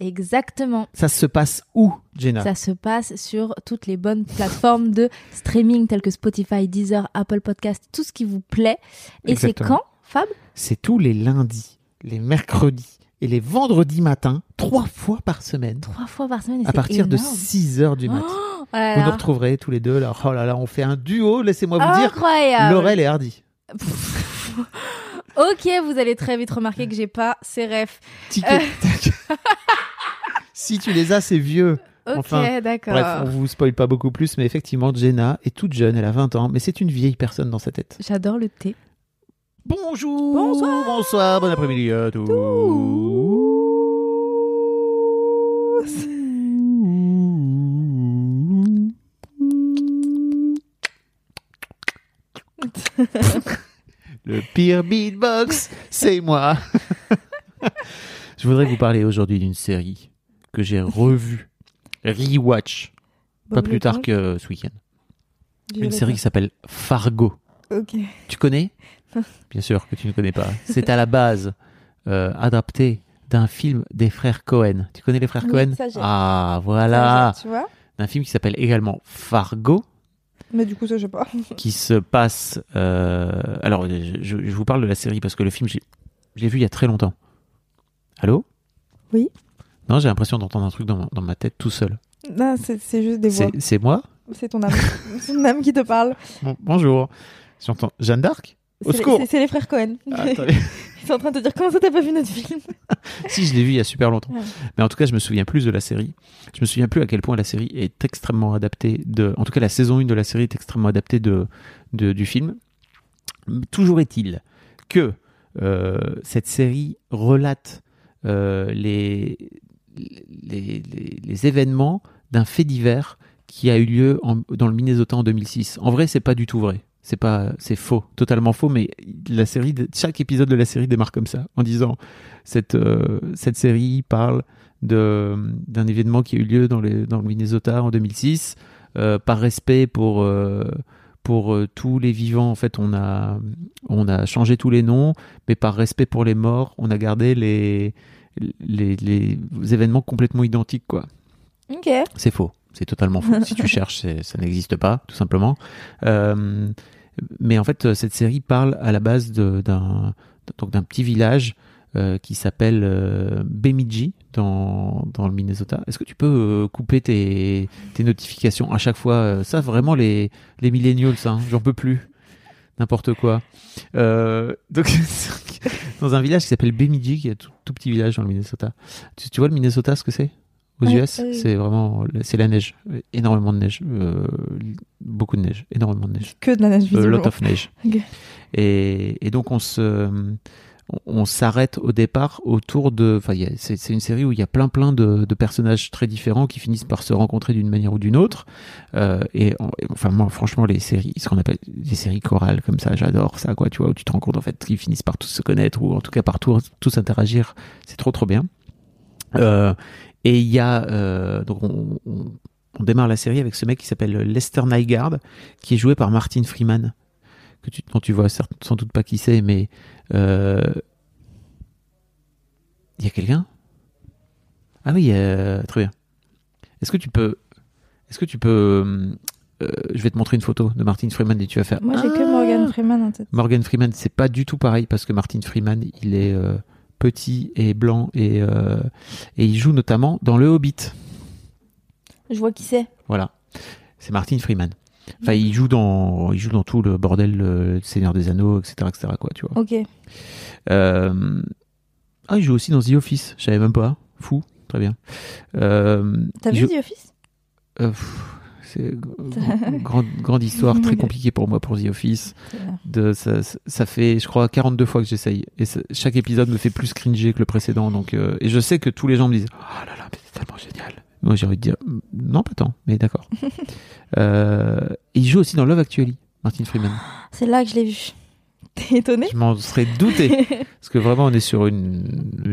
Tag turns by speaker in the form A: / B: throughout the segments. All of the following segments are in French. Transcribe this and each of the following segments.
A: Exactement.
B: Ça se passe où, Jenna
A: Ça se passe sur toutes les bonnes plateformes de streaming telles que Spotify, Deezer, Apple Podcast, tout ce qui vous plaît. Et c'est
B: Exactement.
A: quand, Fab
B: C'est tous les lundis, les mercredis et les vendredis matins, trois fois par semaine.
A: Trois fois par semaine. et
B: À
A: c'est
B: partir de
A: énorme.
B: 6 heures du matin.
A: Oh là
B: vous nous
A: là. Ah,
B: retrouverez tous les deux. Là. Oh là là, on fait un duo, laissez-moi vous dire.
A: Incroyable.
B: Laurel et Hardy.
A: Ok, vous allez très vite remarquer que j'ai pas ces refs.
B: Tic et tac. si tu les as, c'est vieux.
A: Ok,
B: Enfin,
A: d'accord.
B: Bref, on vous spoil pas beaucoup plus, mais effectivement, Jenna est toute jeune, elle a 20 ans, mais c'est une vieille personne dans sa tête.
A: J'adore le thé.
B: Bonjour,
A: Bonsoir.
B: bonsoir, bon après-midi à tous. Le pire beatbox, c'est moi. Je voudrais vous parler aujourd'hui d'une série que j'ai revue, rewatch, pas plus tard que ce week-end. Une série qui s'appelle Fargo.
A: Ok.
B: Tu connais Bien sûr que tu ne connais pas. C'est à la base euh, adapté d'un film des frères Cohen. Tu connais les frères
A: Oui,
B: Cohen
A: ça, j'ai.
B: Ah, voilà.
A: Tu vois
B: D'un film qui s'appelle également Fargo,
A: Mais du coup, ça, je sais pas.
B: qui se passe. euh, Alors, je, je- je vous parle de la série parce que le film, j'ai- je l'ai vu il y a très longtemps. Allô
C: Oui.
B: Non, j'ai l'impression d'entendre un truc dans, ma- dans ma tête tout seul.
C: Non, c'est c'est juste des voix.
B: C'est c'est moi
C: C'est ton âme. c'est ton âme qui te parle.
B: Bon, Bonjour. J'entends Jeanne d'Arc Au
C: C'est-
B: secours
C: c'est- C'est les frères Cohen.
B: Ah,
C: Ils
B: attendez.
C: sont en train de te dire comment ça t'as pas vu notre film
B: Si, je l'ai vu il y a super longtemps.
C: Ouais.
B: Mais en tout cas, je me souviens plus de la série. Je me souviens plus à quel point la série est extrêmement adaptée de. En tout cas, la saison 1 de la série est extrêmement adaptée de, de- du film. Toujours est-il que euh, cette série relate euh, les, les, les- les événements d'un fait divers qui a eu lieu en- dans le Minnesota en 2006. En vrai, c'est pas du tout vrai. C'est pas, c'est faux, totalement faux. Mais la série, de- chaque épisode de la série démarre comme ça, en disant cette euh, cette série parle de d'un événement qui a eu lieu dans le dans le Minnesota en 2006. Euh, par respect pour euh, pour euh, tous les vivants, en fait, on a on a changé tous les noms, mais par respect pour les morts, on a gardé les les, les événements complètement identiques, quoi.
C: Ok.
B: C'est faux. C'est totalement faux. si tu cherches, c'est- ça n'existe pas, tout simplement. Euh, mais en fait, euh, cette série parle à la base de- d'un donc d'un petit village euh, qui s'appelle euh, Bemidji dans, dans le Minnesota. Est-ce que tu peux euh, couper tes, tes notifications à chaque fois euh, Ça, vraiment, les, les millennials, hein, j'en peux plus. N'importe quoi. Euh, donc, dans un village qui s'appelle Bemidji, qui est un tout, tout petit village dans le Minnesota. Tu, tu vois le Minnesota, ce que c'est Aux
C: Ouais, euh,
B: US,
C: oui.
B: c'est vraiment c'est la neige. Énormément de neige. Euh, beaucoup de neige. Énormément de neige.
C: Que de la neige
B: A
C: visiblement.
B: Euh, lot of neige.
C: Ok.
B: Et, et donc on se, on- on s'arrête au départ autour de. Enfin, il y a- c'est c'est une série où il y a plein plein de, de personnages très différents qui finissent par se rencontrer d'une manière ou d'une autre. Euh, et, on- et enfin, moi, franchement, les séries, ce qu'on appelle les séries chorales comme ça, j'adore ça, quoi. Tu vois, où tu te rends compte en fait qu'ils finissent par tous se connaître ou en tout cas par tous, tous interagir. C'est trop trop bien. Euh, et il y a euh, donc on, on- on démarre la série avec ce mec qui s'appelle Lester Nygaard, qui est joué par Martin Freeman, que tu, dont tu vois certes- sans doute pas qui c'est, mais euh, il y a quelqu'un. Ah oui, euh, très bien. Est-ce que tu peux, est-ce que tu peux, euh, je vais te montrer une photo de Martin Freeman et tu vas faire.
C: Moi, j'ai
B: Ah
C: que Morgan Freeman en tête.
B: Morgan Freeman, c'est pas du tout pareil parce que Martin Freeman, il est euh, petit et blanc et, euh, et il joue notamment dans Le Hobbit.
C: Je vois qui c'est.
B: Voilà. C'est Martin Freeman. Enfin,
C: Mm.
B: il joue dans, il joue dans tout le bordel, le Seigneur des Anneaux, etc., etc., quoi, tu vois.
C: Ok.
B: Euh, Ah, il joue aussi dans The Office. Je savais même pas. Fou. Très bien. Euh,
C: T'as
B: il
C: vu
B: joue-
C: The Office
B: euh, pff, c'est grand- grande, grande histoire, très compliquée pour moi pour The Office. De, ça, ça fait, je crois, 42 fois que j'essaye. Et ça- chaque épisode me fait plus cringer que le précédent. Donc, euh, et je sais que tous les gens me disent Oh là là, mais c'est tellement génial. Moi, j'ai envie de dire, non, pas tant, mais d'accord. Euh, il joue aussi dans Love Actually, Martin Freeman.
C: C'est là que je l'ai vu. T'es étonné
B: Je m'en serais douté, parce que vraiment, on est sur une.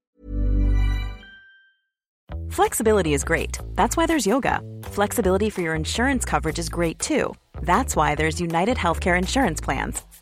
D: Flexibility is great. That's why there's yoga. Flexibility for your insurance coverage is great too. That's why there's United Healthcare Insurance Plans.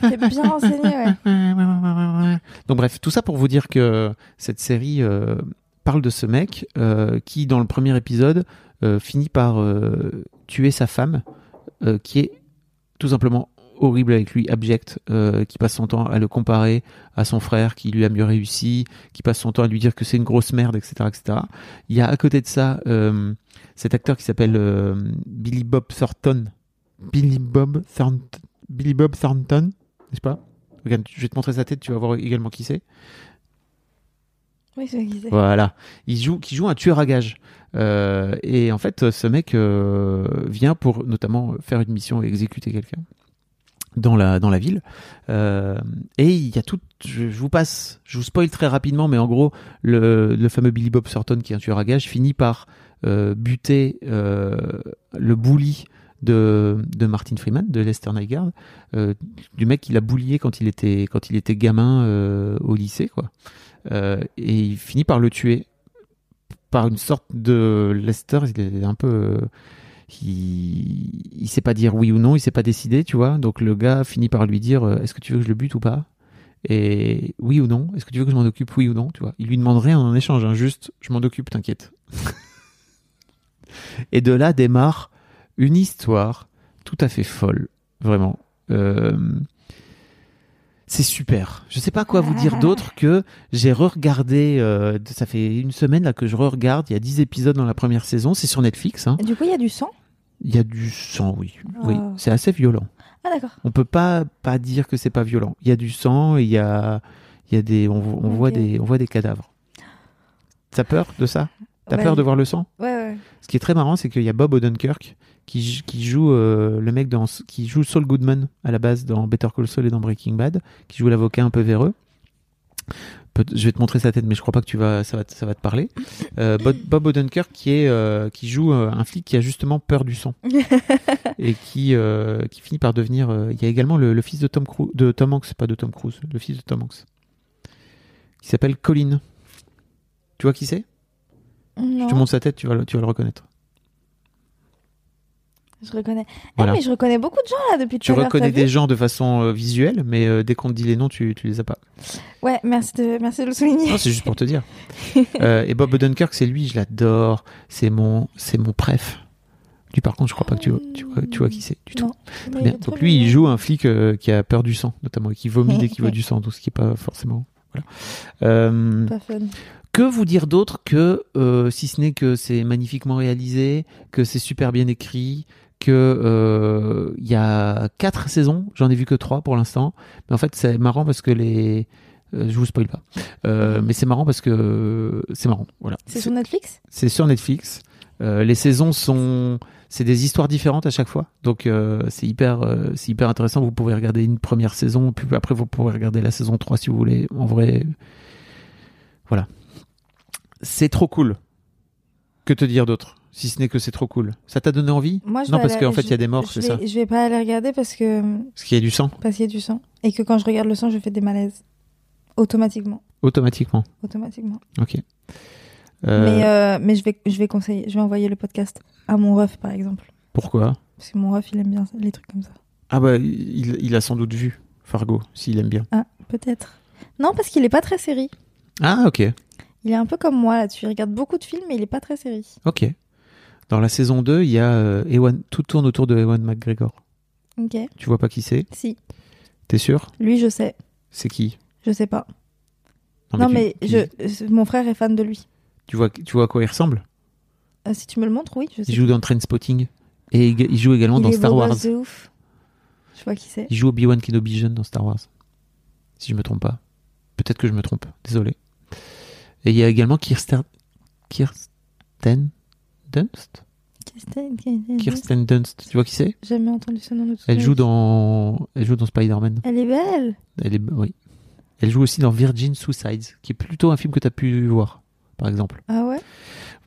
C: T'es bien renseigné, ouais.
B: Donc bref, tout ça pour vous dire que cette série euh, parle de ce mec euh, qui, dans le premier épisode, euh, finit par euh, tuer sa femme, euh, qui est tout simplement horrible avec lui, abjecte, euh, qui passe son temps à le comparer à son frère qui lui a mieux réussi, qui passe son temps à lui dire que c'est une grosse merde, etc., etc. Il y a à côté de ça euh, cet acteur qui s'appelle euh, Billy Bob Thornton. Billy Bob Thornton. Billy Bob Thornton, n'est-ce pas Regarde, je vais te montrer sa tête, tu vas voir également qui c'est.
C: Oui, c'est ce qu'il disait.
B: Voilà. Il joue, qui joue un tueur à gages. Euh, et en fait, ce mec euh, vient pour notamment faire une mission et exécuter quelqu'un dans la, dans la ville. Euh, et il y a tout. Je, je vous passe, je vous spoil très rapidement, mais en gros, le, le fameux Billy Bob Thornton, qui est un tueur à gages, finit par euh, buter euh, le bully. De, de Martin Freeman, de Lester Nygaard, euh, du mec qu'il a boulié quand il était, quand il était gamin euh, au lycée, quoi. Euh, et il finit par le tuer par une sorte de Lester il est un peu euh, il, il sait pas dire oui ou non il sait pas décider tu vois donc le gars finit par lui dire euh, est-ce que tu veux que je le bute ou pas et oui ou non est-ce que tu veux que je m'en occupe oui ou non tu vois il lui demande rien en échange hein, juste je m'en occupe t'inquiète et de là démarre une histoire tout à fait folle vraiment Euh, c'est super. Je sais pas quoi vous dire d'autre que j'ai re-regardé, euh, ça fait une semaine là que je re-regarde, il y a 10 épisodes dans la première saison, c'est sur Netflix. hein.
C: Du coup, il y a du sang
B: Il y a du sang, oui. Oui,
C: Oh.
B: c'est assez violent.
C: Ah, d'accord.
B: On peut pas, pas dire que c'est pas violent. Il y a du sang, il y a, il y a des, on, vo- on voit
C: Ok.
B: des, on voit des cadavres. T'as peur de ça T'as
C: Ouais.
B: peur de voir le sang
C: Ouais, ouais.
B: Ce qui est très marrant, c'est qu'il y a Bob Odenkirk qui, j- qui joue euh, le mec dans, qui joue Saul Goodman à la base dans Better Call Saul et dans Breaking Bad, qui joue l'avocat un peu véreux. Peut- je vais te montrer sa tête, mais je crois pas que tu vas, ça va, te- ça va te parler. Euh, Bob, Bob Odenkirk qui est, euh, qui joue euh, un flic qui a justement peur du sang et qui, euh, qui finit par devenir. euh, il y a également le, le fils de Tom Cruise, de Tom Hanks, pas de Tom Cruise, le fils de Tom Hanks, qui s'appelle Colin. Tu vois qui c'est Je
C: Non,
B: te montre sa tête, tu vas, le- tu vas le reconnaître.
C: je reconnais. Eh,
B: Voilà.
C: mais je reconnais beaucoup de gens là depuis
B: Tu
C: tout à l'heure,
B: reconnais
C: t'as vu
B: des gens de façon euh, visuelle, mais euh, dès qu'on te dit les noms, tu, tu les as pas.
C: Ouais, merci de, merci de le souligner.
B: Non, c'est juste pour te dire. Euh, et Bob Odenkirk, c'est lui, je l'adore. C'est mon, c'est mon préf. Lui, par contre, je crois pas que tu vois, tu vois, tu vois qui c'est du tout.
C: Non,
B: Très bien. Donc lui, il joue un flic euh, qui a peur du sang, notamment, et qui vomit dès qu'il voit du sang, donc ce qui est pas forcément. Voilà. Euh,
C: Pas fun.
B: que vous dire d'autre que, euh, si ce n'est que c'est magnifiquement réalisé, que c'est super bien écrit, que euh, il y a quatre saisons, j'en ai vu que trois pour l'instant, mais en fait c'est marrant parce que les, euh, je vous spoil pas, Euh, mais c'est marrant parce que euh, c'est marrant, voilà.
C: C'est sur Netflix
B: C'est sur Netflix. Euh, les saisons sont, c'est des histoires différentes à chaque fois, donc euh, c'est hyper, euh, c'est hyper intéressant. Vous pouvez regarder une première saison, puis après vous pouvez regarder la saison 3 si vous voulez. En vrai, voilà, c'est trop cool. Que te dire d'autre, si ce n'est que c'est trop cool. Ça t'a donné envie
C: Moi, je
B: Non,
C: vais
B: parce
C: aller-
B: qu'en fait, il y a
C: je-
B: des morts,
C: je
B: c'est ça.
C: vais- Je vais pas aller regarder parce que
B: Parce qu'il y a du sang
C: parce qu'il y a du sang et que quand je regarde le sang, je fais des malaises automatiquement,
B: automatiquement.
C: automatiquement.
B: Ok. Euh,
C: Mais euh, mais je vais je vais conseiller, je vais envoyer le podcast à mon ref par exemple
B: Pourquoi
C: parce que mon ref il aime bien les trucs comme ça.
B: Ah bah, il, il a sans doute vu Fargo s'il aime bien.
C: Ah, peut-être. Non, parce qu'il est pas très série.
B: Ah ok.
C: Il est un peu comme moi là-dessus. Il regarde beaucoup de films, mais il est pas très série.
B: Ok. Dans la saison 2, il y a euh, Ewan, tout tourne autour de Ewan McGregor.
C: Ok.
B: Tu vois pas qui c'est
C: Si.
B: T'es sûr
C: Lui, je sais.
B: C'est qui
C: Je sais pas. Non, mais,
B: tu, tu-
C: je, mon frère est fan de lui.
B: tu vois, tu vois à quoi il ressemble
C: Euh, si tu me le montres, oui, je sais.
B: Il joue dans Trainspotting. Et il il joue également
C: Il
B: dans
C: est
B: Star
C: beau
B: Wars.
C: gosse de ouf. Je vois qui c'est.
B: Il joue Obi-Wan Kenobi jeune dans Star Wars. Si je me trompe pas. Peut-être que je me trompe. Désolé. Et il y a également Kirsten... Kirsten Dunst
C: Kirsten- Kirsten-
B: Kirsten Dunst. Tu vois qui c'est
C: J'ai Jamais entendu ce nom de toute
B: Elle
C: ma
B: joue
C: vie.
B: dans... Elle joue dans Spider-Man.
C: Elle est belle.
B: Elle est... Oui. Elle joue aussi dans Virgin Suicides, qui est plutôt un film que tu as pu voir, par exemple.
C: Ah ouais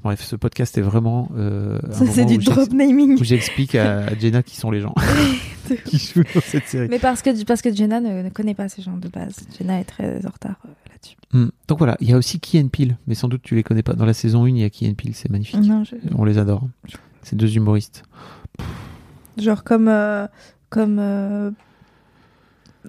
B: Bref, ce podcast est vraiment... euh, un
C: Ça, c'est
B: moment
C: du
B: où j'ex-
C: drop
B: Où
C: naming.
B: j'explique à à Jenna qui sont les gens qui jouent dans cette série.
C: Mais parce que, parce que Jenna ne, ne connaît pas ces gens de base. Jenna est très en retard euh, là-dessus.
B: Hmm. Donc voilà, il y a aussi Key and Peele, mais sans doute tu les connais pas. Dans la saison 1, il y a Key and Peele, c'est magnifique.
C: Non, je-
B: On les adore. Ces deux humoristes.
C: Genre comme. euh, comme euh,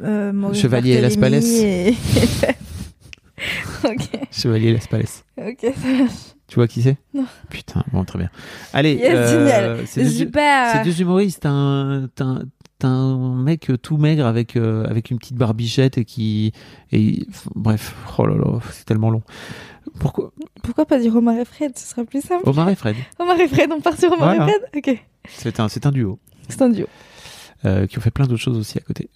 C: euh, Maurice
B: Chevalier et Las
C: Barthélemy
B: Palès.
C: et- ok,
B: Chevalier Las Palais.
C: ok, ça marche.
B: Tu vois qui c'est
C: Non.
B: Putain, bon, très bien. Allez, euh,
C: Yes, génial.
B: c'est deux, c'est
C: Super.
B: deux humoristes. T'as un, t'as un- t'as un mec tout maigre avec, euh, avec une petite barbichette et qui. Et, enfin, bref, oh là là, c'est tellement long. Pourquoi
C: euh, Pourquoi pas dire Omar et Fred Ce sera plus simple.
B: Omar et Fred,
C: Omar et Fred, on part sur Omar
B: Voilà.
C: et Fred Ok,
B: c'est un, c'est un duo.
C: c'est un duo.
B: euh, qui ont fait plein d'autres choses aussi à côté,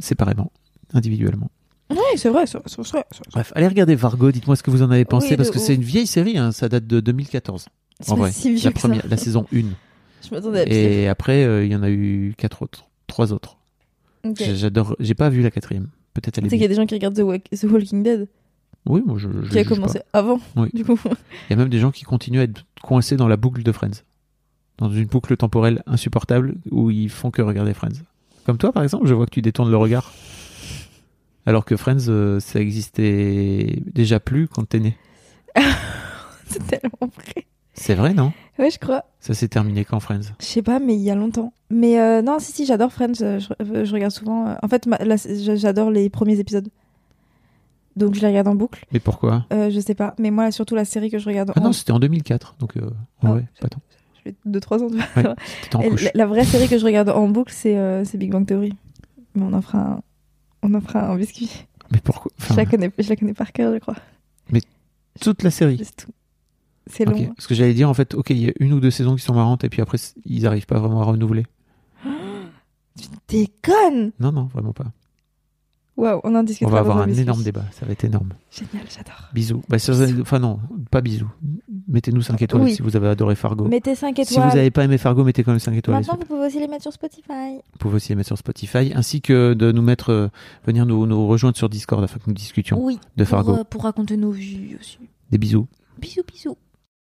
B: séparément, individuellement.
C: Oui, c'est vrai, c'est vrai, c'est vrai. c'est vrai.
B: Bref, allez regarder Vargo, dites-moi ce que vous en avez pensé,
C: Oui, de
B: parce que
C: ouf.
B: c'est une vieille série, hein, ça date de 2014,
C: C'est
B: en vrai.
C: pas si vieux
B: la,
C: que ça.
B: première, la saison 1.
C: Je m'attendais à pire.
B: Et après, euh, il y en a eu quatre autres, trois autres.
C: Ok.
B: J'ai- J'adore, j'ai pas vu la quatrième. Peut-être elle
C: Tu
B: est
C: sais qu'il y a
B: bien.
C: des gens qui regardent The, Walk- The Walking Dead,
B: Oui, moi je. je
C: qui
B: les
C: a
B: juge
C: commencé
B: pas.
C: avant,
B: Oui.
C: du coup.
B: Il y a même des gens qui continuent à être coincés dans la boucle de Friends. Dans une boucle temporelle insupportable où ils font que regarder Friends. Comme toi, par exemple, je vois que tu détournes le regard. Alors que Friends, euh, ça existait déjà plus quand t'es né.
C: c'est tellement vrai.
B: C'est vrai, non
C: Ouais, je crois.
B: Ça s'est terminé quand Friends
C: Je sais pas, mais il y a longtemps. Mais euh, non, si, si, j'adore Friends. euh, Je, euh, je regarde souvent. euh, En fait, ma- la- j'a- j'adore les premiers épisodes. Donc, je les regarde en boucle.
B: Mais pourquoi
C: Euh, je sais pas. Mais moi, surtout la série que je regarde
B: Ah
C: en.
B: non, c'était en 2004, donc euh,
C: Ah,
B: ouais, pas tant.
C: je fais 2-3 ans. tu vois.
B: T'étais en
C: Et
B: couche.
C: la, la vraie série que je regarde en boucle, c'est euh, c'est Big Bang Theory. Mais on en fera un. On en fera un biscuit.
B: Mais pourquoi Enfin,
C: Je, la connais, je la connais par cœur, je crois.
B: Toute la série.
C: C'est tout. C'est long. hein.
B: Ok. Parce que j'allais dire, en fait, ok, il y a une ou deux saisons qui sont marrantes et puis après, c- ils arrivent pas vraiment à renouveler.
C: Déconne
B: Non, non, vraiment pas.
C: Waouh, on en discute.
B: On va avoir un énorme débat, ça va être énorme.
C: Génial, j'adore.
B: Bisous. Bah, sur- Enfin non, pas bisous. Mettez-nous 5 étoiles
C: Oui.
B: si vous avez adoré Fargo.
C: Mettez 5 étoiles.
B: Oh. si vous n'avez pas aimé Fargo, mettez quand même 5 étoiles.
C: Maintenant, vous pouvez aussi les mettre sur Spotify.
B: Vous pouvez aussi les mettre sur Spotify, ainsi que de nous mettre, euh, venir nous, nous rejoindre sur Discord afin que nous discutions
A: Oui,
B: de
A: pour,
B: Fargo.
A: euh, pour raconter nos vies aussi.
B: Des bisous.
A: Bisous, bisous.